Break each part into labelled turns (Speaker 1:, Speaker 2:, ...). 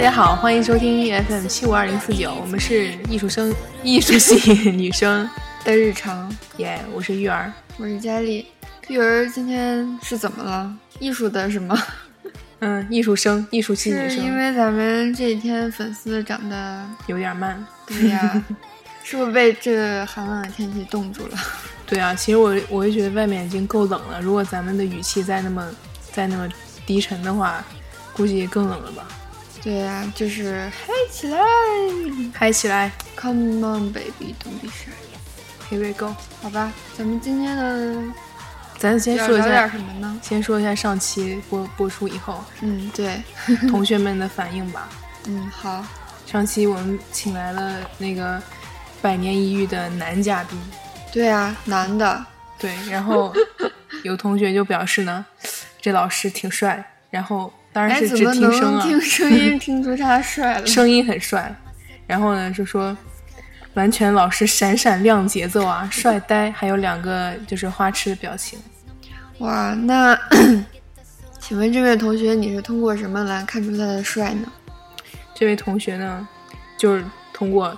Speaker 1: 家好，欢迎收听 FM 七五二零四九，我们是艺术生艺术系 女生
Speaker 2: 的日常。
Speaker 1: 耶我是玉儿。
Speaker 2: 我是佳丽，玉儿今天是怎么了？艺术的什么？
Speaker 1: 嗯，艺术生，艺术系女
Speaker 2: 是因
Speaker 1: 生，
Speaker 2: 为咱们这几天粉丝涨得，
Speaker 1: 有点慢。
Speaker 2: 对呀，是不是被这寒冷的天气冻住了？
Speaker 1: 对啊，其实我我就觉得外面已经够冷了，如果咱们的语气再那么再那么低沉的话，估计更冷了吧。
Speaker 2: 对呀，就是嗨起来
Speaker 1: 嗨起来
Speaker 2: ，Come on baby，don't be shy。
Speaker 1: ，Here we go。
Speaker 2: 好吧，咱们今天的
Speaker 1: 咱先
Speaker 2: 要
Speaker 1: 说一
Speaker 2: 聊点
Speaker 1: 下，
Speaker 2: 什么呢？
Speaker 1: 先说一下上期播播出以 后
Speaker 2: 嗯，对，
Speaker 1: 同学们的反应吧。
Speaker 2: 嗯，好，
Speaker 1: 上期我们请来了那个百年一遇的男嘉宾，
Speaker 2: 对啊，男的，
Speaker 1: 对，然后有同学就表示呢，这老师挺帅，然后当然
Speaker 2: 哎，
Speaker 1: 是
Speaker 2: 怎
Speaker 1: 只
Speaker 2: 么
Speaker 1: 听声
Speaker 2: 能
Speaker 1: 啊，
Speaker 2: 听声音听出他帅 了？
Speaker 1: 声音很帅，然后呢就说完全老师闪闪亮节奏啊，帅呆，还有两个就是花痴的表情。
Speaker 2: 哇，那 请问这位同学，你是通过什么来看出他的帅呢？
Speaker 1: 这位同学呢，就是通过。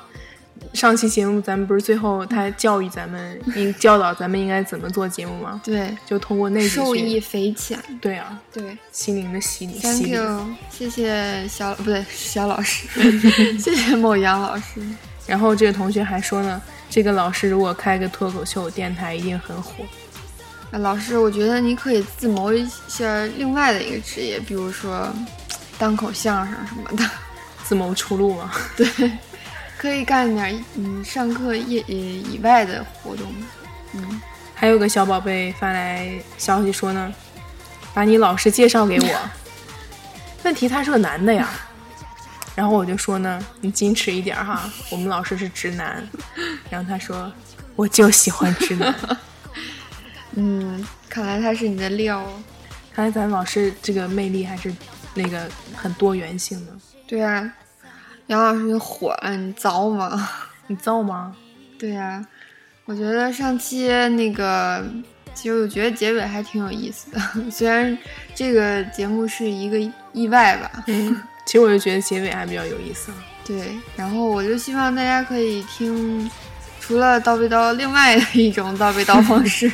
Speaker 1: 上期节目咱们不是最后他教育咱们，应教导咱们应该怎么做节目吗？
Speaker 2: 对，
Speaker 1: 就通过那几
Speaker 2: 受益
Speaker 1: 句，
Speaker 2: 匪浅。
Speaker 1: 对啊，
Speaker 2: 对
Speaker 1: 心灵的洗礼。
Speaker 2: ，Thank
Speaker 1: 洗礼
Speaker 2: you，谢谢小不对小老 师，谢谢某杨老师。
Speaker 1: 然后这个同学还说呢，这个老师如果开个脱口秀电台，一定很火。
Speaker 2: 啊，老师，我觉得你可以自谋一些另外的一个职业，比如说单口相声什么的，
Speaker 1: 自谋出路啊嘛，
Speaker 2: 可以干点嗯上课业以以外的活动。
Speaker 1: 还有个小宝贝发来消息说呢，把你老师介绍给我。 问题他是个男的呀，然后我就说呢，你矜持一点儿哈，我们老师是直男。然后他说，我就喜欢直男。
Speaker 2: 嗯，看来他是你的料哦。
Speaker 1: 看来咱们老师这个魅力还是那个很多元性的。
Speaker 2: 对啊，杨老师你火了，你糟吗？
Speaker 1: 你造吗？
Speaker 2: 对呀、我觉得上期那个，其实我觉得结尾还挺有意思的， 虽然这个节目是一个意外吧。
Speaker 1: 嗯，其实我就觉得结尾还比较有意思啊。
Speaker 2: 对，然后我就希望大家可以听，除了叨逼叨，另外的一种叨逼叨方式，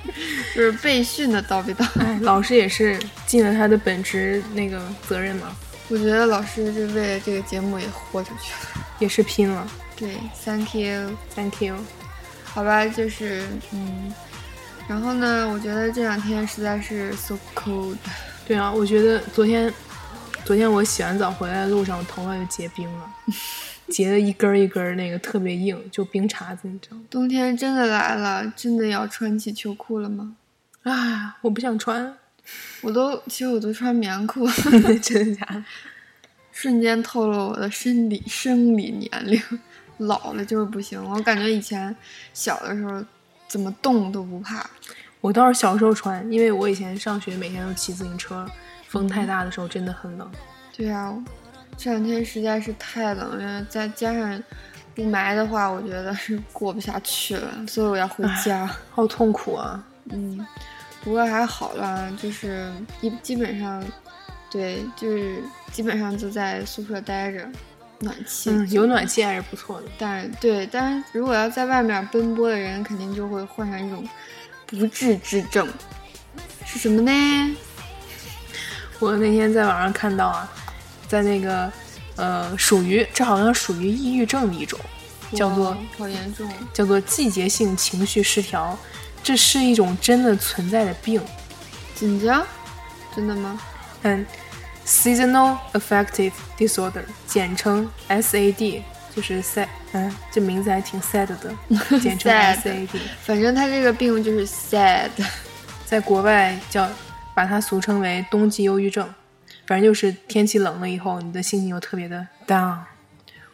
Speaker 2: 就是被训的叨逼叨。
Speaker 1: 哎，老师也是尽了他的本职那个责任嘛，
Speaker 2: 我觉得老师是为了这个节目也豁出去了。
Speaker 1: 也是拼了。
Speaker 2: 对，Thank you。
Speaker 1: Thank you。
Speaker 2: 好吧，就是嗯，然后呢，我觉得这两天实在是 so cold。
Speaker 1: 对啊，我觉得昨天，昨天我洗完澡回来的路上，我头发就结冰了，结的一根儿一根儿那个特别硬，就冰碴子，你知道吗？
Speaker 2: 冬天真的来了，真的要穿起秋裤了吗？
Speaker 1: 啊，我不想穿，
Speaker 2: 我都，其实我都穿棉裤，
Speaker 1: 真的假的？
Speaker 2: 瞬间透露我的生理生理年龄，老了就是不行。我感觉以前小的时候怎么冻都不怕，
Speaker 1: 我倒是小时候穿，因为我以前上学每天都骑自行车，风太大的时候真的很冷。
Speaker 2: 对啊，这两天实在是太冷了，再加上雾霾的话，我觉得是过不下去了，所以我要回家。
Speaker 1: 好痛苦啊！
Speaker 2: 嗯，不过还好啦，就是一基本上，对，就是基本上就在宿舍待着，暖气、
Speaker 1: 嗯，有暖气还是不错的。
Speaker 2: 但是对，但是如果要在外面奔波的人，肯定就会患上一种不治之症，是什么呢？
Speaker 1: 我那天在网上看到啊，在那个呃，属于这好像属于抑郁症的一种，叫做
Speaker 2: 哇好严重，
Speaker 1: 叫做季节性情绪失调，这是一种真的存在的病。
Speaker 2: 紧张，真的吗？
Speaker 1: 嗯，seasonal affective disorder，简称 SAD，就是 sad，嗯，这名字还挺 sad 的，简称
Speaker 2: Sad
Speaker 1: SAD，
Speaker 2: 反正他这个病就是 sad，
Speaker 1: 在国外叫把它俗称为冬季忧郁症，反正就是天气冷了以后，你的心情又特别的 down。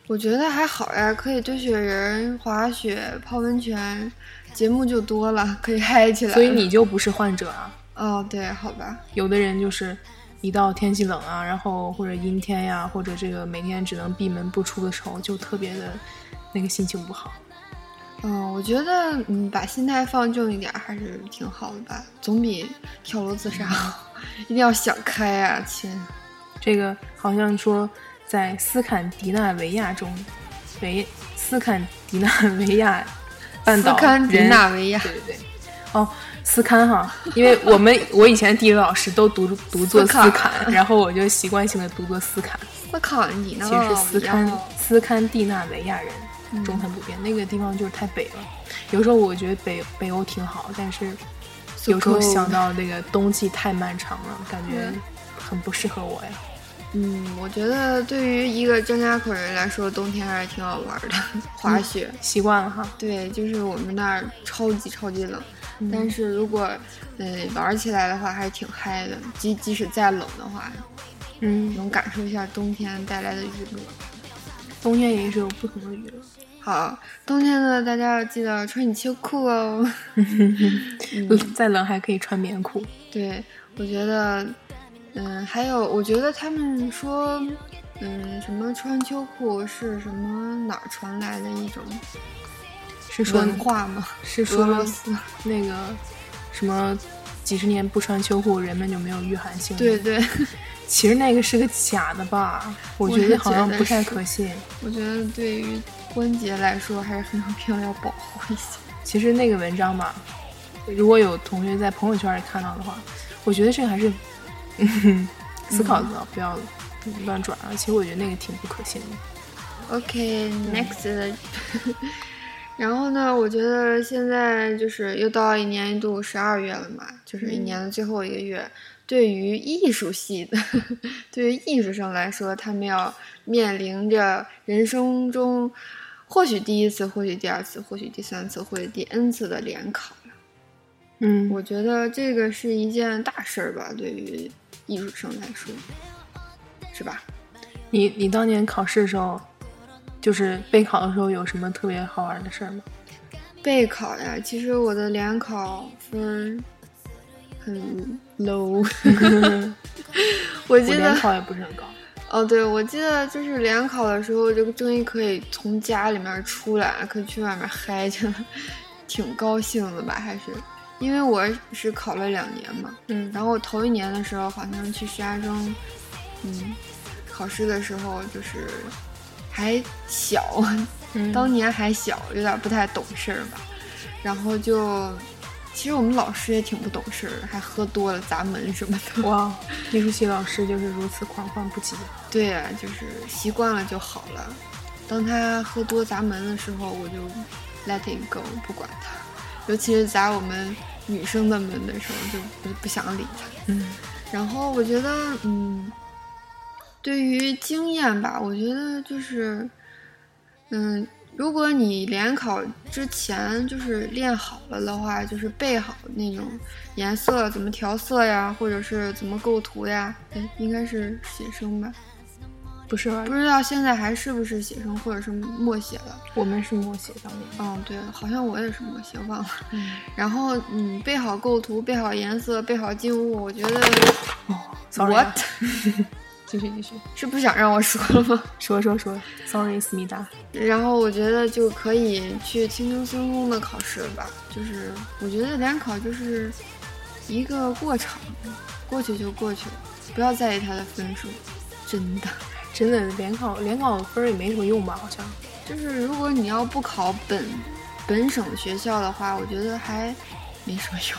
Speaker 2: 我觉得还好呀，可以堆雪人、滑雪、泡温泉，节目就多了，可以嗨起来了。
Speaker 1: 所以你就不是患者啊。
Speaker 2: 哦，对，好吧，
Speaker 1: 有的人就是一到天气冷啊，然后或者阴天呀、或者这个每天只能闭门不出的时候，就特别的那个心情不好。
Speaker 2: 嗯，我觉得嗯，把心态放正一点还是挺好的吧，总比 啊跳楼自杀好。一定要想开呀、亲。
Speaker 1: 这个好像说在斯堪的纳维亚中，维斯堪的纳维亚半
Speaker 2: 斯
Speaker 1: 岛
Speaker 2: 堪的
Speaker 1: 人
Speaker 2: 纳维亚
Speaker 1: 对对对，哦，斯堪哈，因为我们我以前地理老师都读读作
Speaker 2: 斯堪
Speaker 1: 斯堪，然后我就习惯性的读作斯堪，
Speaker 2: 斯堪的纳
Speaker 1: 其实
Speaker 2: 维
Speaker 1: 是
Speaker 2: 亚，
Speaker 1: 斯堪斯堪的纳维亚
Speaker 2: 嗯
Speaker 1: 人，中很普遍。那个地方就是太北了，有时候我觉得北北欧挺好，但是有时候
Speaker 2: cold
Speaker 1: 想到那个冬季太漫长了，感觉
Speaker 2: 嗯
Speaker 1: 很不适合我呀。
Speaker 2: 嗯，我觉得对于一个张家口人来说，冬天还是挺好玩的，
Speaker 1: 嗯
Speaker 2: 滑雪。
Speaker 1: 习惯了哈，
Speaker 2: 对，就是我们那儿超级超级冷，
Speaker 1: 嗯
Speaker 2: 但是如果呃玩起来的话，还是挺嗨的。即即使再冷的话，
Speaker 1: 嗯，
Speaker 2: 能感受一下冬天带来的日落。
Speaker 1: 冬天也是有不同的娱乐。
Speaker 2: 好，冬天呢，大家要记得穿你秋裤哦。 嗯
Speaker 1: 再冷还可以穿棉裤，
Speaker 2: 对，我觉得，嗯，还有，我觉得他们说，嗯，什么穿秋裤是什么哪儿传来的一种
Speaker 1: 是说
Speaker 2: 文化吗？
Speaker 1: 是
Speaker 2: 嗯俄
Speaker 1: 说嗯
Speaker 2: 罗斯。
Speaker 1: 那个什么几十年不穿秋裤，人们就没有御寒性。
Speaker 2: 对，对，
Speaker 1: 其实那个是个假的吧？我
Speaker 2: 我
Speaker 1: 觉
Speaker 2: 也
Speaker 1: 得好
Speaker 2: 觉
Speaker 1: 像
Speaker 2: 得
Speaker 1: 不太
Speaker 2: 是
Speaker 1: 可信。
Speaker 2: 我觉得对于关节来说，还是很有必要要保护一下。
Speaker 1: 其实那个文章吧，如果有同学在朋友圈里看到的话，我觉得这个还是， 嗯，思考的，不要乱转啊。其实我觉得那个挺不可信的。
Speaker 2: OK，next、然后呢，我觉得现在就是又到一年一度十二月了嘛，就是一年的最后一个月。对于艺术系的， 对于艺术生来说，他们要面临着人生中或许第一次，或许第二次，或许第三次，或许第 n 次的联考。
Speaker 1: 嗯，
Speaker 2: 我觉得这个是一件大事儿吧，对于艺术生来说，是吧？
Speaker 1: 你你当年考试的时候，就是备考的时候有什么特别好玩的事 儿吗？
Speaker 2: 备考呀，其实我的联考分儿很 low，我
Speaker 1: 我
Speaker 2: 记
Speaker 1: 联
Speaker 2: 得
Speaker 1: 考也不是很高。
Speaker 2: 哦，对，我记得就是联考的时候，这个终于可以从家里面出来，可以去外面嗨去了， 挺高兴的吧？还是因为我是考了两年嘛，
Speaker 1: 嗯
Speaker 2: 然后我头一年的时候好像去石家庄，嗯，考试的时候就是还小，
Speaker 1: 嗯
Speaker 2: 当年还小，有点不太懂事儿吧。然后就，其实我们老师也挺不懂事儿，还喝多了砸门什么 的。
Speaker 1: 哇，艺术系老师就是如此狂放不羁。啊
Speaker 2: 对呀、就是习惯了就好了。当他喝多砸门的时候，我就 let it go，不管他。尤其是砸我们女生的门的时候，就不不想理他。
Speaker 1: 嗯
Speaker 2: 然后我觉得，嗯，对于经验吧，我觉得就是，嗯，如果你联考之前就是练好了的话，就是备好那种颜色怎么调色呀，或者是怎么构图呀，哎，应该是写生吧？
Speaker 1: 不是吧
Speaker 2: 不？知道现在还是不是写生，或者是默写了。
Speaker 1: 我们是默写当年。
Speaker 2: 嗯，对，好像我也是默写，忘了。
Speaker 1: 嗯，
Speaker 2: 然后，嗯，备好构图，备好颜色，备好静物，我觉得
Speaker 1: 哦，sorry 啊。
Speaker 2: what
Speaker 1: 继续继续，
Speaker 2: 是不想让我说了吗？
Speaker 1: 说说说，sorry，思密达。
Speaker 2: 然后我觉得就可以去轻轻松松的考试了吧，就是我觉得联考就是一个过场，过去就过去了，不要在意它的分数，真的。
Speaker 1: 真的联考联考分儿也没什么用吧？好像
Speaker 2: 就是如果你要不考本本省学校的话，我觉得还没什么用。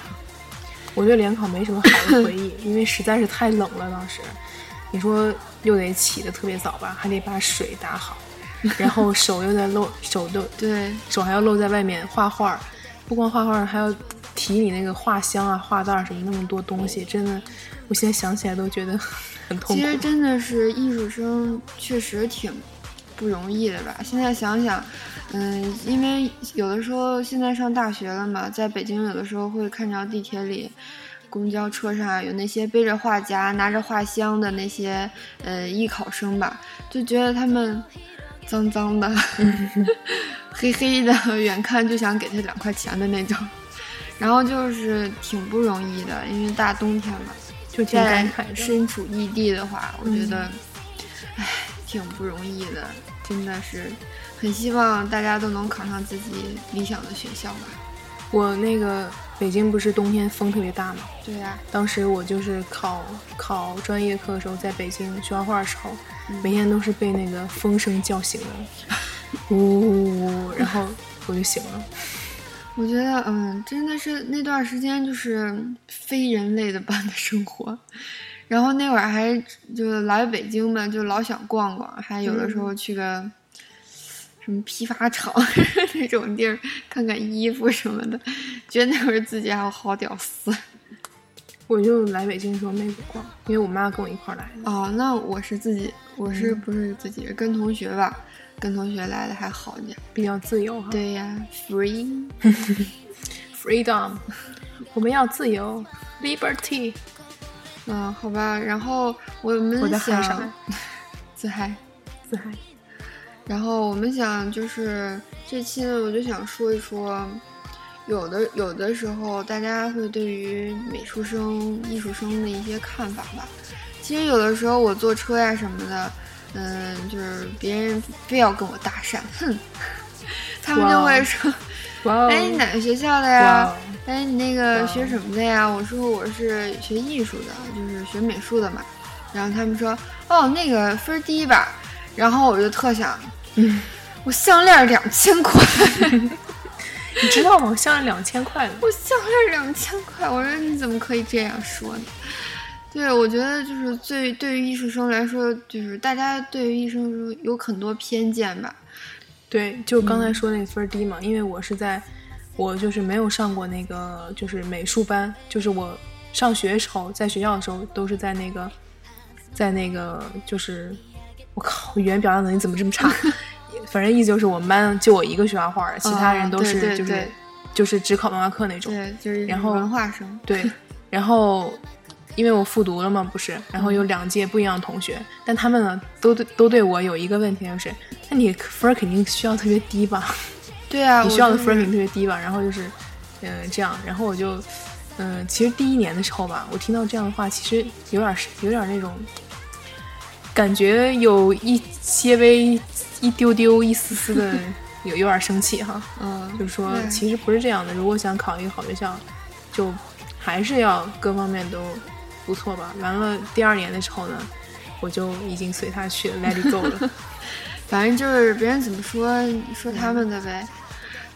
Speaker 1: 我对联考没什么好的回忆，因为实在是太冷了。当时你说又得起得特别早吧，还得把水打好，然后手又在露，手都
Speaker 2: 对，
Speaker 1: 手还要露在外面画画儿，不光画画儿，还要提你那个画箱啊、画袋儿什么那么多东西，真的，我现在想起来都觉得 很痛
Speaker 2: 其实
Speaker 1: 苦。
Speaker 2: 真的是艺术生确实挺不容易的吧。现在想想，嗯，因为有的时候现在上大学了嘛，在北京有的时候会看着地铁里、公交车上有那些背着画夹、拿着画箱的那些呃艺考生吧，就觉得他们脏脏 的、 黑黑的，远看就想给他两块钱的那种。然后就是挺不容易的，因为大冬天嘛，
Speaker 1: 就挺
Speaker 2: 在
Speaker 1: 感慨的。
Speaker 2: 身处异地的话，我觉得，唉，挺不容易的，真的是，很希望大家都能考上自己理想的学校吧。
Speaker 1: 我那个北京不是冬天风特别大吗？
Speaker 2: 对呀、
Speaker 1: 当时我就是考考专业课的时候，在北京学画画的时候，
Speaker 2: 嗯
Speaker 1: 每天都是被那个风声叫 醒的，呜呜呜呜，然后我就醒了。
Speaker 2: 我觉得，嗯，真的是那段时间就是非人类的般的生活。然后那会儿还就来北京嘛，就老想逛逛，还有的时候去个什么批发厂 那种地儿看看衣服什么的，觉得那会儿自己还好屌丝。
Speaker 1: 我就来北京的时候没有逛，因为我妈跟我一块儿来的。
Speaker 2: 哦，那我是自己，我是
Speaker 1: 嗯
Speaker 2: 不是自己跟同学吧？跟同学来的还好一点。
Speaker 1: 比较自由哈。
Speaker 2: 对呀，free。
Speaker 1: ，freedom，我 们要自由，liberty。
Speaker 2: 嗯，好吧。然后我们
Speaker 1: 我在嗨啥
Speaker 2: 想自嗨，
Speaker 1: 自嗨。
Speaker 2: 然后我们想就是这期呢，我就想说一说，有的有的时候大家会对于美术生、艺术生的一些看法吧。其实有的时候我坐车呀、什么的，嗯，就是别人非要跟我搭讪，哼， 他们就
Speaker 1: 哇哦
Speaker 2: 会说。
Speaker 1: 哇哦！
Speaker 2: 哎，你哪个学校的
Speaker 1: 哇
Speaker 2: 呀
Speaker 1: 哦？
Speaker 2: 哎，你那
Speaker 1: 哇
Speaker 2: 个
Speaker 1: 哦
Speaker 2: 学什么的呀？我说我是学艺术的，就是学美术的嘛。然后他们说，哦，那个分儿低吧。然后我就特想，
Speaker 1: 嗯
Speaker 2: 我项链两千块，
Speaker 1: 你知道吗？我向了两千块呢。
Speaker 2: 我项链两千块，我说你怎么可以这样说呢？对，我觉得就是最对于艺术生来说，就是大家对于艺术生有很多偏见吧。
Speaker 1: 对，就刚
Speaker 2: 嗯
Speaker 1: 才说那个分儿低嘛，因为我是在，我就是没有上过那个就是美术班，就是我上学的时候，在学校的时候都是在那个，在那个就是，我靠，我语言表达能力怎么这么 差？反正意思就是我们班就我一个学画画的，其他人都
Speaker 2: 哦对
Speaker 1: 是
Speaker 2: 对
Speaker 1: 就是、
Speaker 2: 对
Speaker 1: 就是只考文化课那种。
Speaker 2: 对，就是
Speaker 1: 然后
Speaker 2: 文化生。
Speaker 1: 对，然后因为我复读了嘛，不是，然
Speaker 2: 嗯
Speaker 1: 后有两届不一样的同学，但他们呢，都对都对我有一个问题，就是那你分儿肯定需要特别低吧？
Speaker 2: 对啊，
Speaker 1: 你
Speaker 2: 我
Speaker 1: 需要的
Speaker 2: 就
Speaker 1: 分儿
Speaker 2: 是
Speaker 1: 肯定特别低吧？然后就是，嗯、这样，然后我就，嗯、其实第一年的时候吧，我听到这样的话，其实有点儿有点儿那种。感觉有一些微一丢丢一丝丝 的有有点儿生气哈，
Speaker 2: 嗯，
Speaker 1: 就是说
Speaker 2: 对
Speaker 1: 其实不是这样的。如果想考一个好学校，就还是要各方面都不错吧。完了第二年的时候呢，我就已经随他去了，let it go 了。
Speaker 2: 反正就是别人怎么说说他们的呗。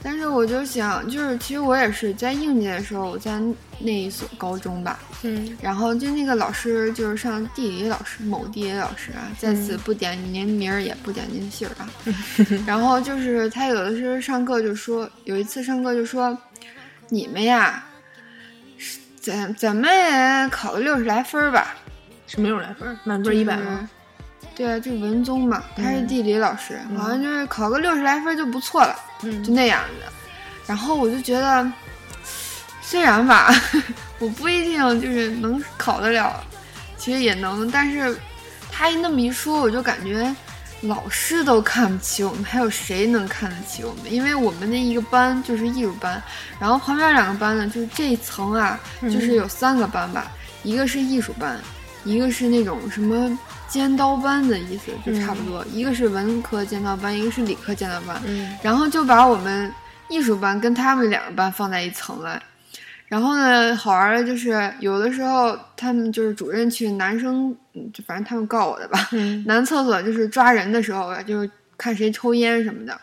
Speaker 2: 但是我就想，就是其实我也是在应届的时候，我在那一所高中吧，
Speaker 1: 嗯，
Speaker 2: 然后就那个老师就是上地理老师，某地理老师啊，在此不点您名儿，也不点您姓儿啊。然后就是他有的时候上课就说，有一次上课就说，你们呀，是怎怎么也考个六十来分儿吧，
Speaker 1: 是没有来分儿，满分一百吗？嗯
Speaker 2: 对啊，就文综嘛，他是地理老师，好像就是考个六十来分就不错了，
Speaker 1: 嗯
Speaker 2: 就那样的。然后我就觉得， 虽然吧， 我不一定就是能考得了，其实也能，但是他一那么一说，我就感觉老师都看不起我们，还有谁能看得起我们？因为我们那一个班就是艺术班，然后旁边两个班呢，就是这一层啊，就是有三个班吧，一个是艺术班，一个是那种什么尖刀班的意思，就差不多，一个是文科尖刀班，一个是理科尖刀班，
Speaker 1: 嗯，
Speaker 2: 然后就把我们艺术班跟他们两个班放在一层了。然后呢，好玩儿的就是有的时候他们就是主任去男生，嗯就反正他们告我的吧，
Speaker 1: 嗯
Speaker 2: 男厕所就是抓人的时候，就是看谁抽烟什么的。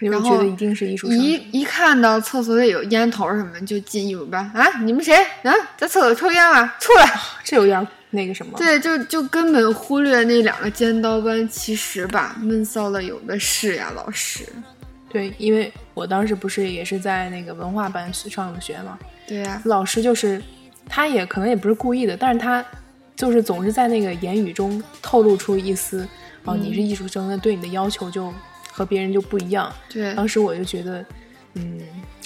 Speaker 1: 你会
Speaker 2: 然
Speaker 1: 觉
Speaker 2: 后
Speaker 1: 得一定是艺术生。
Speaker 2: 一一看到厕所里有烟头什么，就进艺术班啊！你们谁啊，在厕所抽烟啊？出来！
Speaker 1: 这有点儿那个什么，
Speaker 2: 对，就就根本忽略那两个尖刀班，其实吧，闷骚的有的是呀，老师。
Speaker 1: 对，因为我当时不是也是在那个文化班上的学嘛，
Speaker 2: 对呀、
Speaker 1: 老师就是他也可能也不是故意的，但是他就是总是在那个言语中透露出一丝哦，你是艺术生，那对你的要求就和别人就不一样。
Speaker 2: 对，
Speaker 1: 当时我就觉得，嗯，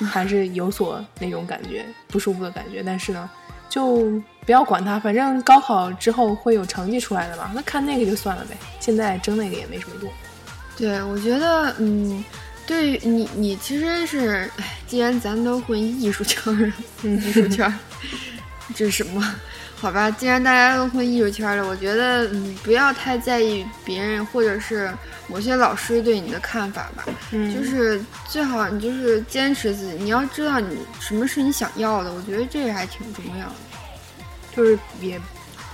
Speaker 1: 还是有所那种感觉不舒服的感觉，但是呢，就不要管他，反正高考之后会有成绩出来的嘛，那看那个就算了呗。现在争那个也没什么用。
Speaker 2: 对，我觉得，嗯，对于你，你其实是，哎既然咱都混艺术圈儿了，艺术圈儿，这是什么？好吧，既然大家都混艺术圈了，我觉得嗯，不要太在意别人或者是某些老师对你的看法吧。
Speaker 1: 嗯
Speaker 2: 就是最好你就是坚持自己，你要知道你什么是你想要的，我觉得这个还挺重要的。
Speaker 1: 就是也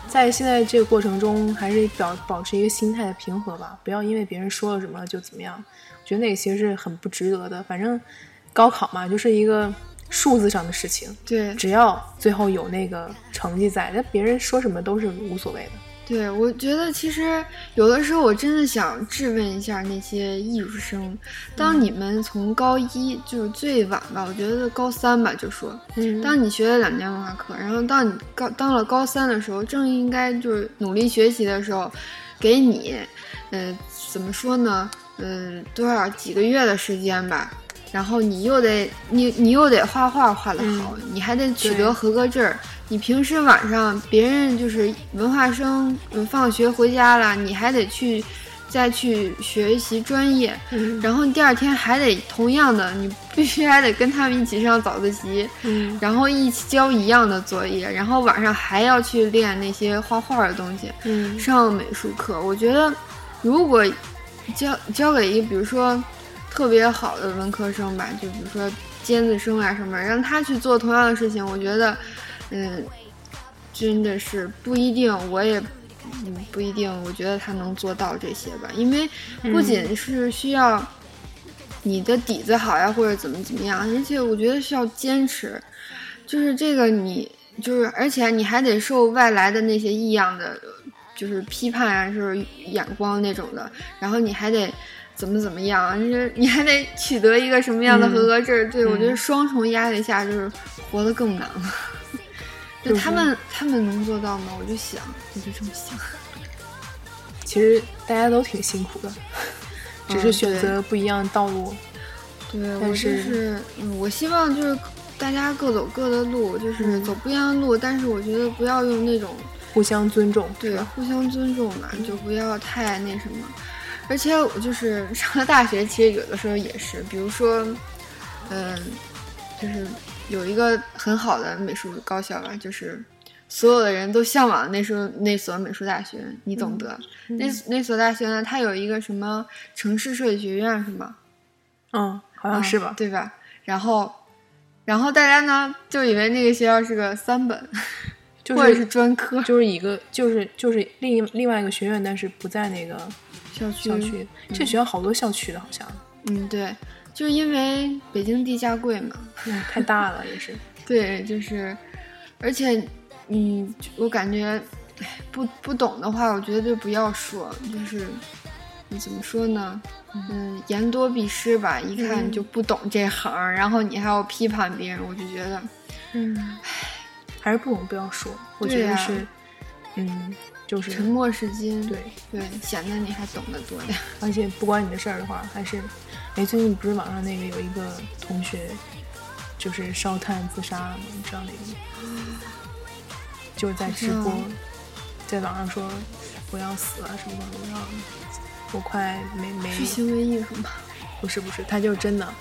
Speaker 1: 在现在这个过程中，还是表保持一个心态的平和吧，不要因为别人说了什么就怎么样。我觉得那个其实是很不值得的。反正高考嘛，就是一个数字上的事情，
Speaker 2: 对，
Speaker 1: 只要最后有那个成绩在，那别人说什么都是无所谓的。
Speaker 2: 对，我觉得其实有的时候我真的想质问一下那些艺术生，当你们从高一就是最晚吧，我觉得高三吧，就说，
Speaker 1: 嗯
Speaker 2: 当你学了两年文化课，然后当你高当了高三的时候，正应该就是努力学习的时候，给你，呃，怎么说呢，呃，多少几个月的时间吧。然后你又得你你又得画画画得好，你还得取
Speaker 1: 嗯对
Speaker 2: 得合格证儿。你平时晚上别人就是文化生，呃放学回家了，你还得去再去学习专业。
Speaker 1: 嗯
Speaker 2: 然后第二天还得同样的，你必须还得跟他们一起上早自习，
Speaker 1: 嗯
Speaker 2: 然后一起交一样的作业，然后晚上还要去练那些画画的东西，
Speaker 1: 嗯
Speaker 2: 上美术课。我觉得，如果交交给一个比如说特别好的文科生吧，就比如说尖子生啊什么，让他去做同样的事情，我觉得，嗯，真的是不一定，我也。嗯，不一定，我觉得他能做到这些吧，因为不仅是需要你的底子好呀，或者怎么怎么样，而且我觉得需要坚持，就是这个你就是，而且你还得受外来的那些异样的，就是批判啊，就是眼光那种的，然后你还得怎么怎么样，就是你还得取得一个什么样的合格证儿，对我觉得双重压力下就是活得更难了。就
Speaker 1: 就是
Speaker 2: 他们他们能做到吗？我就想，我就这么想。
Speaker 1: 其实大家都挺辛苦的，只是
Speaker 2: 嗯
Speaker 1: 选
Speaker 2: 对
Speaker 1: 择不一样的道路。
Speaker 2: 对，我
Speaker 1: 但
Speaker 2: 就是是，嗯，我希望就是大家各走各的路，就是
Speaker 1: 嗯
Speaker 2: 走不一样的路，但是我觉得不要用那种
Speaker 1: 互相尊重，
Speaker 2: 对互相尊重嘛，就不要太那什么。而且我就是 上了大学，其实有的时候也是，比如说，嗯，就是有一个很好的美术高校吧，就是所有的人都向往那时候那所美术大学，你
Speaker 1: 嗯
Speaker 2: 懂得。那那所大学呢，它有一个什么城市设计学院是吗？
Speaker 1: 嗯，好
Speaker 2: 啊
Speaker 1: 像是吧？
Speaker 2: 对吧？然后，然后大家呢就以为那个学校是个三本，
Speaker 1: 就
Speaker 2: 或者
Speaker 1: 是
Speaker 2: 是专 科
Speaker 1: 就是一个就是就是另一另外一个学院，但是不在那个
Speaker 2: 校区。
Speaker 1: 校区。这学校好多校区的，好像、
Speaker 2: 嗯，对，就是因为北京地价贵嘛。
Speaker 1: 嗯、太大了，也是。
Speaker 2: 对，就是，而且，嗯，我感觉，哎，不不懂的话，我觉得就不要说，就是，你怎么说呢？嗯，言多必失吧。一看
Speaker 1: 嗯
Speaker 2: 就不懂这行儿，然后你还要批判别人，我就觉得，
Speaker 1: 嗯，啊还是不懂不要说，我
Speaker 2: 对
Speaker 1: 觉得
Speaker 2: 呀
Speaker 1: 是，嗯，就是
Speaker 2: 沉默是金。
Speaker 1: 对，
Speaker 2: 对，显得你还懂得多点。
Speaker 1: 而且不关你的事儿的话，还是，哎，最近不是网上那个有一个同学，就是烧炭自杀了吗？你知道那个吗？就是在直播
Speaker 2: 好像，
Speaker 1: 在网上说我要死了什么的，我要我快没没
Speaker 2: 是行为艺术吗？
Speaker 1: 不是不是，他就是真的，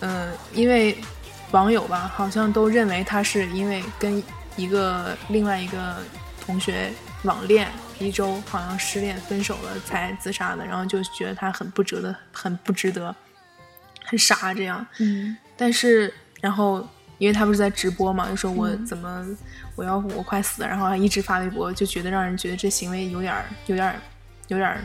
Speaker 1: 嗯、因为网友吧，好像都认为他是因为跟一个另外一个同学网恋一周，好像失恋分手了才自杀的，然后就觉得他很不值得，很不值得，很傻这样。
Speaker 2: 嗯，
Speaker 1: 但是然后因为他不是在直播嘛，就说我
Speaker 2: 嗯
Speaker 1: 怎么我要我快死了，然后还一直发微博，就觉得让人觉得这行为有点儿有点儿有点儿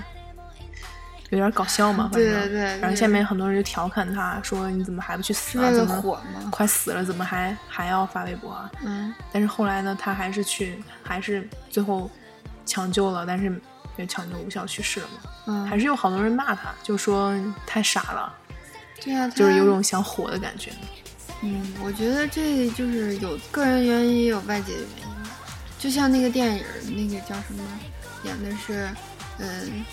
Speaker 1: 有点儿搞笑嘛，反
Speaker 2: 对
Speaker 1: 正
Speaker 2: 对对
Speaker 1: 然后下面很多人就调侃他说你怎么还不去死
Speaker 2: 是
Speaker 1: 啊？
Speaker 2: 为了
Speaker 1: 怎么
Speaker 2: 火吗？
Speaker 1: 快死了，怎么还还要发微博啊？
Speaker 2: 嗯，
Speaker 1: 但是后来呢，他还是去，还是最后抢救了，但是也抢救无效去世了嘛。
Speaker 2: 嗯
Speaker 1: 还是有好多人骂他，就说太傻了，
Speaker 2: 对啊，
Speaker 1: 就是有
Speaker 2: 他
Speaker 1: 种想火的感觉。
Speaker 2: 嗯，我觉得这就是有个人原因，也有外界的原因吧。就像那个电影儿，那个叫什么，演的是，嗯，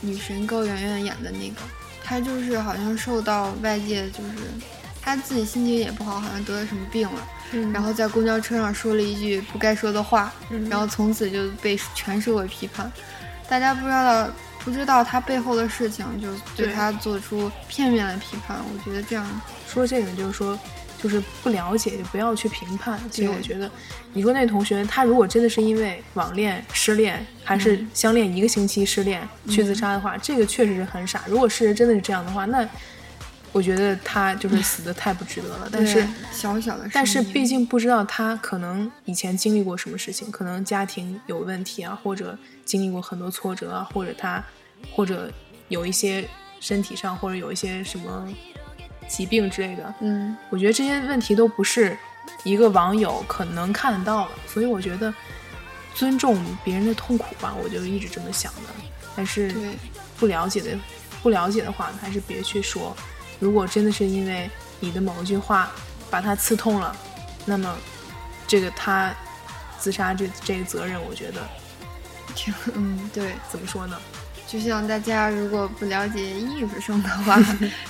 Speaker 2: 女神高圆圆演的那个，她就是好像受到外界就是。她自己心情也不好，好像得了什么病了，
Speaker 1: 嗯
Speaker 2: 然后在公交车上说了一句不该说的话，
Speaker 1: 嗯
Speaker 2: 然后从此就被全社会批判。大家不知道不知道他背后的事情，就对
Speaker 1: 对
Speaker 2: 他做出片面的批判。我觉得这样，
Speaker 1: 说这个就是说，就是不了解就不要去评判。其实我觉得，你说那同学他如果真的是因为网恋失恋，还
Speaker 2: 嗯
Speaker 1: 是相恋一个星期失恋、去自杀的话，这个确实是很傻。如果事实真的是这样的话，那我觉得他就是死的太不值得 了。但是
Speaker 2: 对小小的声音，
Speaker 1: 但是毕竟不知道他可能以前经历过什么事情，可能家庭有问题啊，或者经历过很多挫折啊，或者他或者有一些身体上或者有一些什么疾病之类的。
Speaker 2: 嗯，
Speaker 1: 我觉得这些问题都不是一个网友可能看得到的，所以我觉得尊重别人的痛苦吧，我就一直这么想的。但是
Speaker 2: 对
Speaker 1: 不了解的不了解的话，还是别去说。如果真的是因为你的某一句话把他刺痛了，那么这个他自杀这这个责任，我觉得
Speaker 2: 挺嗯对，
Speaker 1: 怎么说呢？
Speaker 2: 就像大家如果不了解艺术生的 话，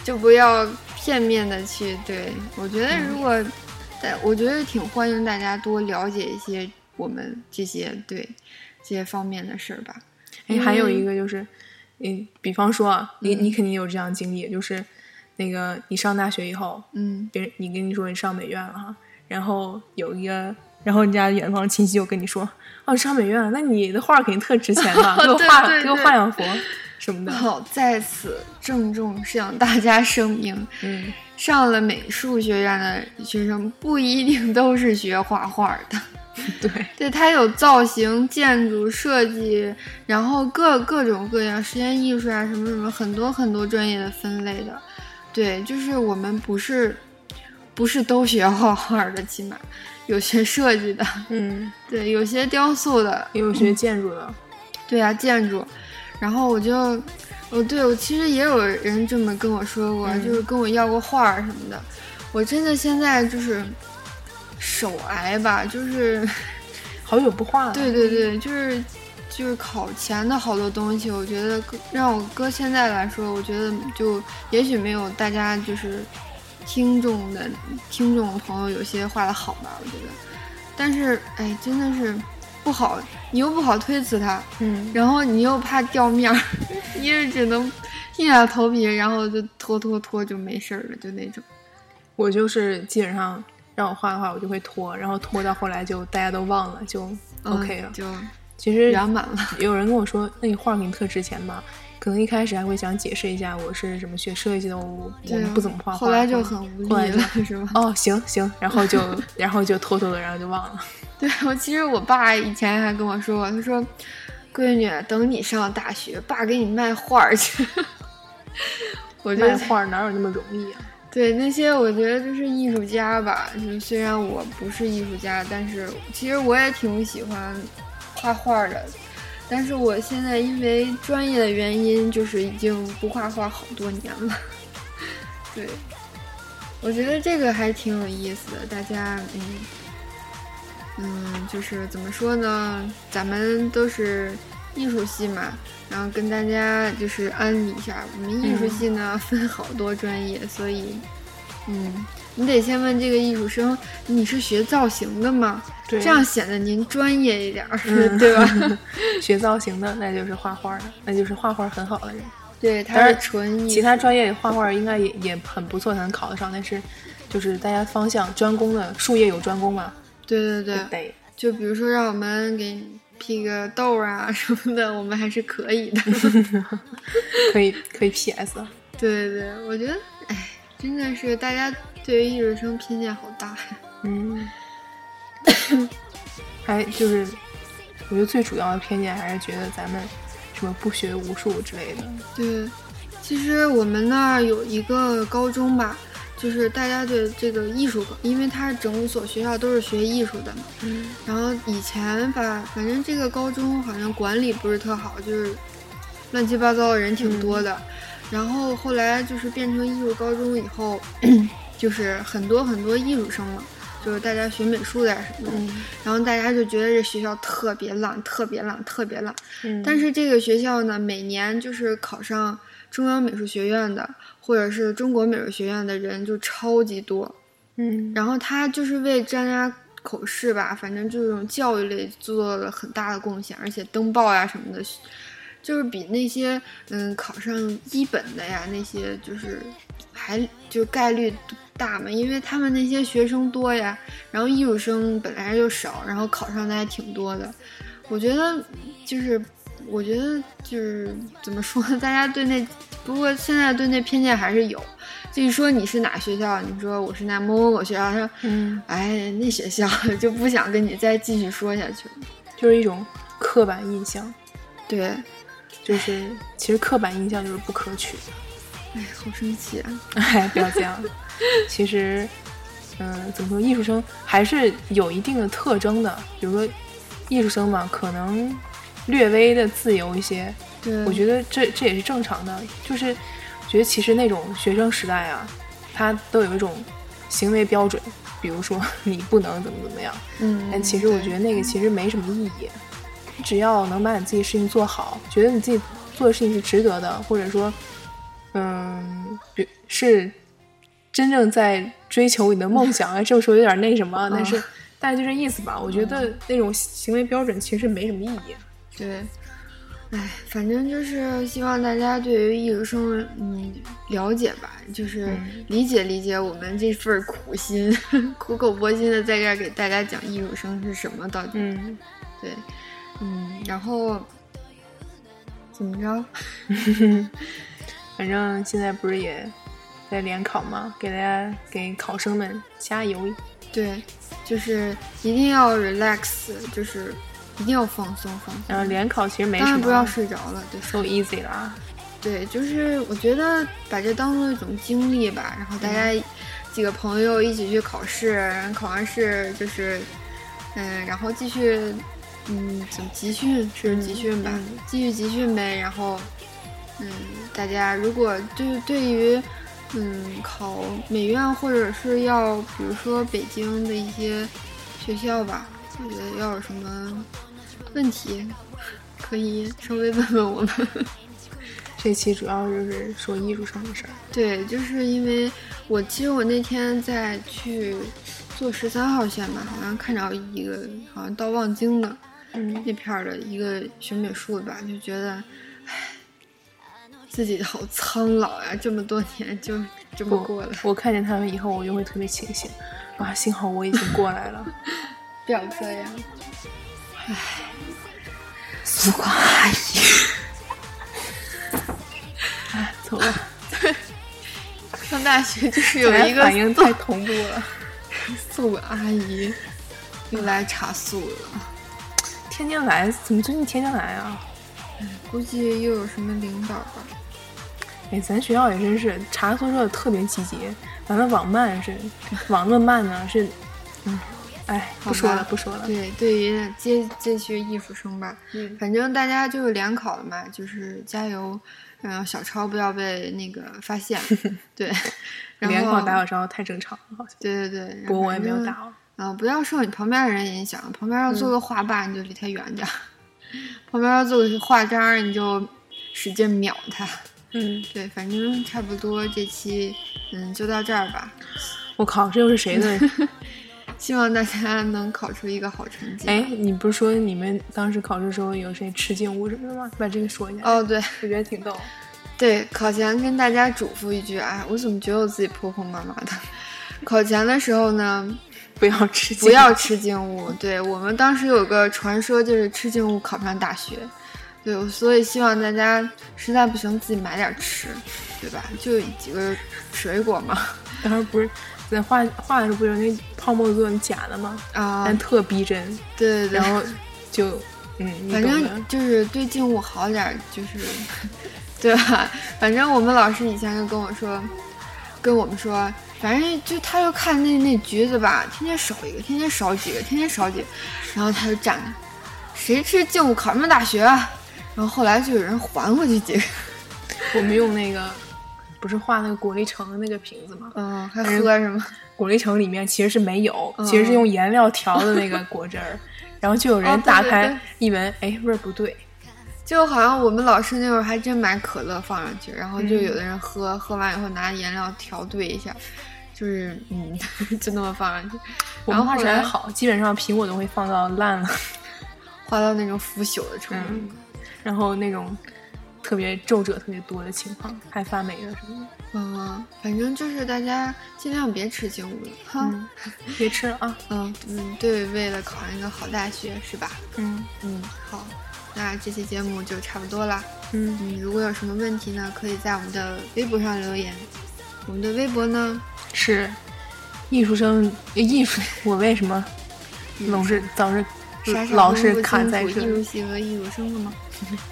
Speaker 2: 就不要片面的去对。我觉
Speaker 1: 嗯
Speaker 2: 得如果，但我觉得挺欢迎大家多了解一些我们这些对这些方面的事儿吧。
Speaker 1: 哎，还有
Speaker 2: 嗯
Speaker 1: 一个就是，你比方说啊，你你肯定有这样的经历，就是那个你上大学以后，
Speaker 2: 嗯，
Speaker 1: 别人你跟你说你上美院了哈，然后有一个，然后人家远方亲戚又跟你说，哦，你上美院了，那你的画肯定特值钱 吧？给我
Speaker 2: 对
Speaker 1: 画，
Speaker 2: 对
Speaker 1: 给我
Speaker 2: 对
Speaker 1: 画两幅什么的。
Speaker 2: 好，在此郑重向大家声明，
Speaker 1: 嗯，
Speaker 2: 上了美术学院的学生不一定都是学画画的。
Speaker 1: 对，
Speaker 2: 对，它有造型、建筑设计，然后各各种各样实验艺术啊，什么什么，很多很多专业的分类的。对，就是我们不是不是都学画画的，起码有学设计的，
Speaker 1: 嗯，
Speaker 2: 对，有些雕塑的，
Speaker 1: 也有学建筑的，
Speaker 2: 对啊，建筑。然后我就，哦，对我其实也有人这么跟我说过，
Speaker 1: 嗯
Speaker 2: 就是跟我要过画儿什么的。我真的现在就是手癌吧，就是。
Speaker 1: 好久不画了。
Speaker 2: 对对对，就是就是考前的好多东西，我觉得搁让我搁现在来说，我觉得就也许没有大家就是听众的听众朋友有些画的好吧，我觉得，但是哎，真的是不好，你又不好推辞他，
Speaker 1: 嗯，
Speaker 2: 然后你又怕掉面儿， 你也只能硬着头皮，然后就拖拖拖就没事儿了，就那种。
Speaker 1: 我就是基本上让我画的话，我就会拖，然后拖到后来就大家都忘了，就 OK 啊了。
Speaker 2: 嗯、就
Speaker 1: 其实
Speaker 2: 圆满了。
Speaker 1: 有人跟我说，那你画给你特值钱吗？可能一开始还会想解释一下，我是什么学设计的，我我
Speaker 2: 对啊
Speaker 1: 们不怎么画画。
Speaker 2: 后来就
Speaker 1: 或者
Speaker 2: 很无
Speaker 1: 后
Speaker 2: 力
Speaker 1: 来就
Speaker 2: 了， 是吧？
Speaker 1: 哦，行行，然后 就然后就偷偷的，然后就忘了。
Speaker 2: 对我，其实我爸以前还跟我说过，他说：“闺女，等你上大学，爸给你卖画儿去。” 我觉
Speaker 1: 卖
Speaker 2: 得
Speaker 1: 画儿哪有那么容易啊？
Speaker 2: 对那些，我觉得就是艺术家吧。就是虽然我不是艺术家，但是其实我也挺喜欢画画儿的。但是我现在因为专业的原因，就是已经不画画好多年了。对，我觉得这个还挺有意思的。大家，嗯嗯，就是怎么说呢？咱们都是艺术系嘛，然后跟大家就是安利一下，我们艺术系
Speaker 1: 嗯
Speaker 2: 呢、 分好多专业，所以，嗯，你得先问这个艺术生，你是学造型的吗？
Speaker 1: 对
Speaker 2: 这样显得您专业一点儿，
Speaker 1: 嗯
Speaker 2: 对吧？
Speaker 1: 学造型的那就是画画的，那就是画画很好的人。
Speaker 2: 对，
Speaker 1: 当
Speaker 2: 他是
Speaker 1: 然
Speaker 2: 纯艺
Speaker 1: 其他专业画画应该也也很不错，才能考得上。但是就是大家方向专攻的，术业有专攻嘛，
Speaker 2: 对对
Speaker 1: 就
Speaker 2: 对，
Speaker 1: 得
Speaker 2: 就比如说让我们给你批个豆儿啊什么的，我们还是可以的。
Speaker 1: 可以可以 PS 了。
Speaker 2: 对对对，我觉得，哎，真的是大家对于艺术生偏见好大呀。
Speaker 1: 嗯，还就是我觉得最主要的偏见还是觉得咱们什么不学无术之类的。
Speaker 2: 对，其实我们那儿有一个高中吧，就是大家对这个艺术，因为它整所学校都是学艺术的嘛。
Speaker 1: 嗯
Speaker 2: 然后以前吧，反正这个高中好像管理不是特好，就是乱七八糟的人
Speaker 1: 嗯
Speaker 2: 挺多的。然后后来就是变成艺术高中以后， 就是很多很多艺术生嘛，就是大家学美术的呀什么的。
Speaker 1: 嗯
Speaker 2: 然后大家就觉得这学校特别烂，特别烂，特别烂。
Speaker 1: 嗯
Speaker 2: 但是这个学校呢，每年就是考上中央美术学院的，或者是中国美术学院的人就超级多。
Speaker 1: 嗯
Speaker 2: 然后他就是为大家口试吧，反正这种教育类做了很大的贡献，而且登报呀什么的，就是比那些嗯考上一本的呀那些就是还就概率大嘛，因为他们那些学生多呀，然后艺术生本来就少，然后考上的还挺多的。我觉得就是，我觉得就是怎么说，大家对那不过现在对那偏见还是有。就一说你是哪学校，你说我是那某某某学校，他说，
Speaker 1: 嗯，
Speaker 2: 哎，那学校就不想跟你再继续说下去了。
Speaker 1: 就是一种刻板印象，
Speaker 2: 对，
Speaker 1: 就是其实刻板印象就是不可取的。
Speaker 2: 哎，好生气啊！
Speaker 1: 哎，不要这样。其实，嗯、怎么说，艺术生还是有一定的特征的。比如说，艺术生嘛，可能略微的自由一些，
Speaker 2: 对，
Speaker 1: 我觉得这这也是正常的。就是觉得其实那种学生时代啊，他都有一种行为标准，比如说你不能怎么怎么样。
Speaker 2: 嗯，
Speaker 1: 但其实我觉得那个其实没什么意义，只要能把你自己事情做好，觉得你自己做的事情是值得的，或者说，嗯，比是真正在追求你的梦想啊，这么 说有点那什么，但是、
Speaker 2: 嗯
Speaker 1: 但就这意思吧。我觉得那种行为标准其实没什么意义。
Speaker 2: 对，哎，反正就是希望大家对于艺术生，嗯，了解吧，就是
Speaker 1: 嗯
Speaker 2: 理解理解我们这份儿苦心， 苦口婆心的在这儿给大家讲艺术生是什么到底。
Speaker 1: 嗯，
Speaker 2: 对，嗯，然后怎么着？
Speaker 1: 反正现在不是也在联考嘛，给大家给考生们加油！
Speaker 2: 对，就是一定要 relax，就是一定要放松放松。
Speaker 1: 然后联考其实没
Speaker 2: 当
Speaker 1: 什
Speaker 2: 然
Speaker 1: 么，
Speaker 2: 不要睡着了，对，
Speaker 1: so easy 啊啦。
Speaker 2: 对，就是我觉得把这当做一种经历吧，然后大家几个朋友一起去考试，然后考完试就是，嗯，然后继续，嗯，怎么集训是集训吧，继续集训呗，然后，嗯，大家如果就是对于。嗯，考美院或者是要，比如说北京的一些学校吧，我觉得要有什么问题，可以稍微问问我们。
Speaker 1: 这期主要就是说艺术生的事儿。
Speaker 2: 对，就是因为我其实我那天在去坐十三号线吧，好像看着一个好像到望京了
Speaker 1: 嗯，
Speaker 2: 那片儿的一个学美术的吧，就觉得，唉，自己好苍老呀，这么多年就这么过了，
Speaker 1: 我看见他们以后，我就会特别庆幸，哇，幸好我已经过来 了。
Speaker 2: 不要这样。
Speaker 1: 苏光阿姨，哎，走了，
Speaker 2: 上大学就是
Speaker 1: 有
Speaker 2: 有一个
Speaker 1: 反应太同步 了。
Speaker 2: 素阿姨又来查宿了，
Speaker 1: 天天来，怎么最近天天来啊？
Speaker 2: 估计又有什么领导吧。
Speaker 1: 哎，咱学校也真是查宿舍特别积极，咱们网慢是哎网那么慢呢是，嗯，哎，不说了不说了，
Speaker 2: 对，对于这这些艺术生吧，
Speaker 1: 嗯
Speaker 2: 反正大家就是联考了嘛，就是加油，然后小抄不要被那个发 现，对，然后
Speaker 1: 联考打小招太正常了，好像。
Speaker 2: 对对对，
Speaker 1: 不过我也没有打嗯
Speaker 2: 啊、
Speaker 1: 哦。
Speaker 2: 不要受你旁边的人影响，旁边要做个画霸，你就离他远点儿，旁边要做个画章儿，你就使劲秒他，
Speaker 1: 嗯，
Speaker 2: 对，反正差不多这期嗯就到这儿吧，
Speaker 1: 我靠，这又是谁
Speaker 2: 嗯
Speaker 1: 的？
Speaker 2: 希望大家能考出一个好成绩。
Speaker 1: 哎，，你不是说你们当时考试的时候有谁吃劲舞什么的吗？把这个说一下。
Speaker 2: 哦对。
Speaker 1: 我觉得挺逗。
Speaker 2: 对，考前跟大家嘱咐一句啊，我怎么觉得我自己婆婆妈妈的？ 考前的时候呢，
Speaker 1: 不要吃惊，
Speaker 2: 不要吃静物。对我们当时有个传说，就是吃静物考不上大学。对，所以希望大家实在不行自己买点吃，对吧？就几个水果嘛，
Speaker 1: 当时不是在画画的时候不是有那泡沫做那假的吗？
Speaker 2: 啊、
Speaker 1: 但特逼真，
Speaker 2: 对对对
Speaker 1: 嗯然。后就嗯，你
Speaker 2: 反
Speaker 1: 懂的
Speaker 2: 正。就是对静物好点儿，就是 对吧？反正我们老师以前就跟我说，跟我们说，反正就他就看那那橘子吧，天天少一个，天天少几个，天天少几个，然后他就站那，谁吃静物考什么大学啊？然后后来就有人还回去几 个，
Speaker 1: 我们用那个不是画那个果粒橙的那个瓶子吗？
Speaker 2: 嗯，还喝什么？
Speaker 1: 果粒橙里面其实是没有，
Speaker 2: 嗯
Speaker 1: 其实是用颜料调的那个果汁 儿。然后就有
Speaker 2: 哦
Speaker 1: 人
Speaker 2: 对
Speaker 1: 打
Speaker 2: 对对
Speaker 1: 开一闻，哎，味儿不对，
Speaker 2: 就好像我们老师那会儿还真买可乐放上去，然后就有的人喝，
Speaker 1: 嗯
Speaker 2: 喝完以后拿颜料调兑一下，就是嗯， 就那么放上去。
Speaker 1: 我
Speaker 2: 然后
Speaker 1: 们画
Speaker 2: 后
Speaker 1: 质还
Speaker 2: 来
Speaker 1: 好，基本上苹果都会 放到烂了，
Speaker 2: 嗯
Speaker 1: 嗯
Speaker 2: 画到那种腐朽的程度。
Speaker 1: 然后那种特别皱褶特别多的情况，还发霉了什么的。
Speaker 2: 嗯，反正就是大家尽量别吃精武了哈。
Speaker 1: 嗯，别吃了啊。
Speaker 2: 嗯嗯，对，为了考上一个好大学是吧？
Speaker 1: 嗯
Speaker 2: 嗯，好，那这期节目就差不多啦。
Speaker 1: 嗯，
Speaker 2: 嗯，如果有什么问题呢，可以在我们的微博上留言。我们的微博呢，
Speaker 1: 是艺术生艺术， 我为什么总是总是
Speaker 2: 傻傻
Speaker 1: 嗯老
Speaker 2: 分
Speaker 1: 是
Speaker 2: 不
Speaker 1: 卡
Speaker 2: 清
Speaker 1: 在
Speaker 2: 楚
Speaker 1: 这
Speaker 2: 艺
Speaker 1: 里？
Speaker 2: 术系和艺术生了吗？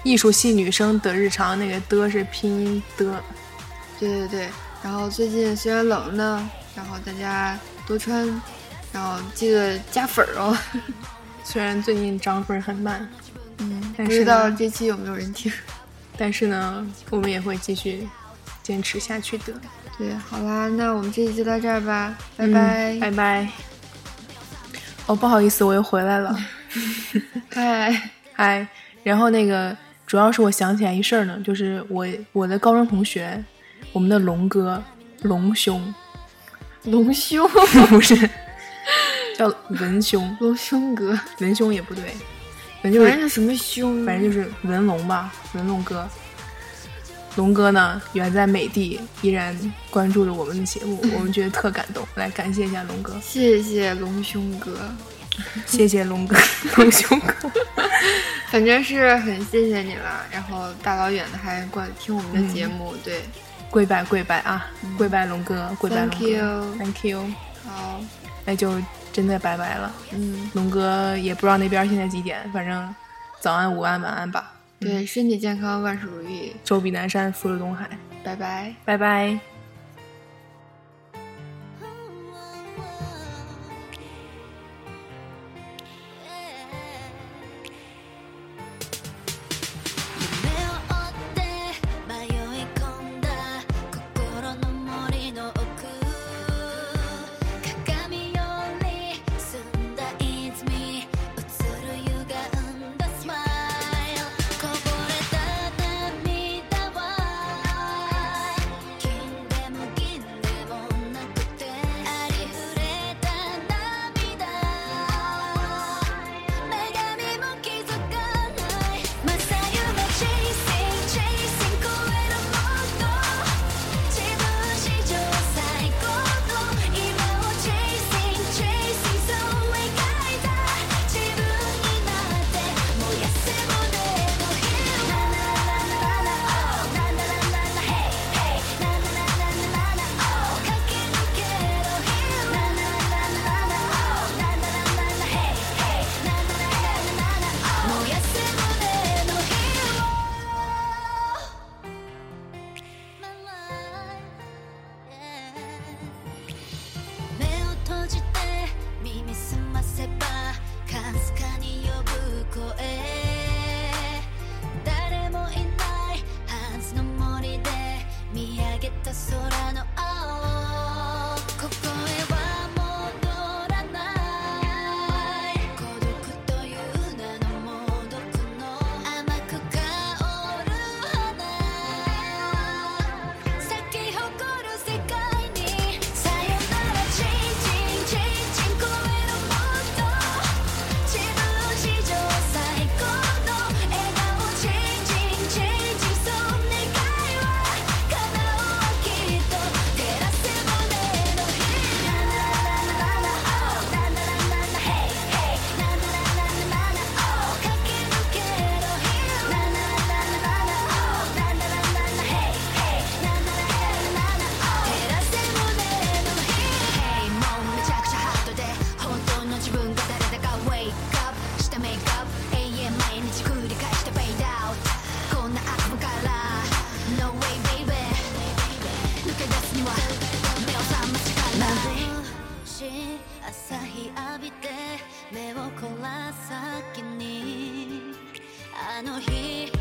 Speaker 1: 艺术系女生的日常，那个的是拼音的。
Speaker 2: 对对对，然后最近虽然冷呢，然后大家多穿，然后记得加粉儿哦。
Speaker 1: 虽然最近涨粉很慢，
Speaker 2: 嗯，
Speaker 1: 但
Speaker 2: 不
Speaker 1: 是
Speaker 2: 知道
Speaker 1: 呢
Speaker 2: 这期有没有人听？
Speaker 1: 但是呢，我们也会继续坚持下去的。
Speaker 2: 对，好啦，那我们这期就到这儿吧，拜
Speaker 1: 嗯
Speaker 2: 拜，
Speaker 1: 拜拜。哦，不好意思，我又回来了。
Speaker 2: 嗯拜。
Speaker 1: 嗨，然后那个主要是我想起来一事儿呢，就是我我的高中同学，我们的龙哥龙兄
Speaker 2: 隆胸，
Speaker 1: 不是 叫文兄，
Speaker 2: 隆胸哥，
Speaker 1: 文兄也不对，文就
Speaker 2: 反正
Speaker 1: 是
Speaker 2: 是什么胸，
Speaker 1: 反正就是文龙吧，文龙哥。龙哥呢，远在美的，依然关注着我们的节目，我们觉得特感动。来感谢一下龙哥，
Speaker 2: 谢谢隆胸哥，
Speaker 1: 谢谢龙哥，龙兄哥。
Speaker 2: 反正是很谢谢你了。然后大老远的还过来听我们的
Speaker 1: 嗯
Speaker 2: 节目，对，
Speaker 1: 跪拜跪拜啊，跪拜龙哥，跪拜龙
Speaker 2: Thank you
Speaker 1: 哥，Thank you，
Speaker 2: 好，
Speaker 1: 那就真的拜拜了。
Speaker 2: 嗯，
Speaker 1: 龙哥也不知道那边现在几点，反正早安、午安、晚安吧。
Speaker 2: 对，身体健康，万事如意，
Speaker 1: 周比南山，福如东海，
Speaker 2: 拜拜。
Speaker 1: 拜拜。
Speaker 3: 迷い込んだ心の森の奥鏡より澄んだ泉映る歪んだスマイルこぼれた涙は金でも銀でもなくてありふれた涙女神も気づかないまさゆめ Chasing Chasing 超えるもの自分史上最高の今を Chasing Chasing そう描いた自分になって燃やす胸の火目を閉じて耳すませばかすかに呼ぶ声誰もいないはずの森で見上げた空の青ここへは戻らない孤独という名の猛毒の甘く香る花咲き誇る世界にさよなら Changing Changing 超えるもっと自分史上最高の笑顔 Changing Changing その願いは叶うきっと照らす胸の火駆け抜けろ Hey 照らせ胸の火 Hey もうめちゃくちゃハードで本当の自分が誰だか Wake up したメイクアップ永遠毎日繰り返して Fade out こんな悪夢から No way baby 抜け出すには目を覚ましから眩しい朝日浴びて目を凝らす先にあの日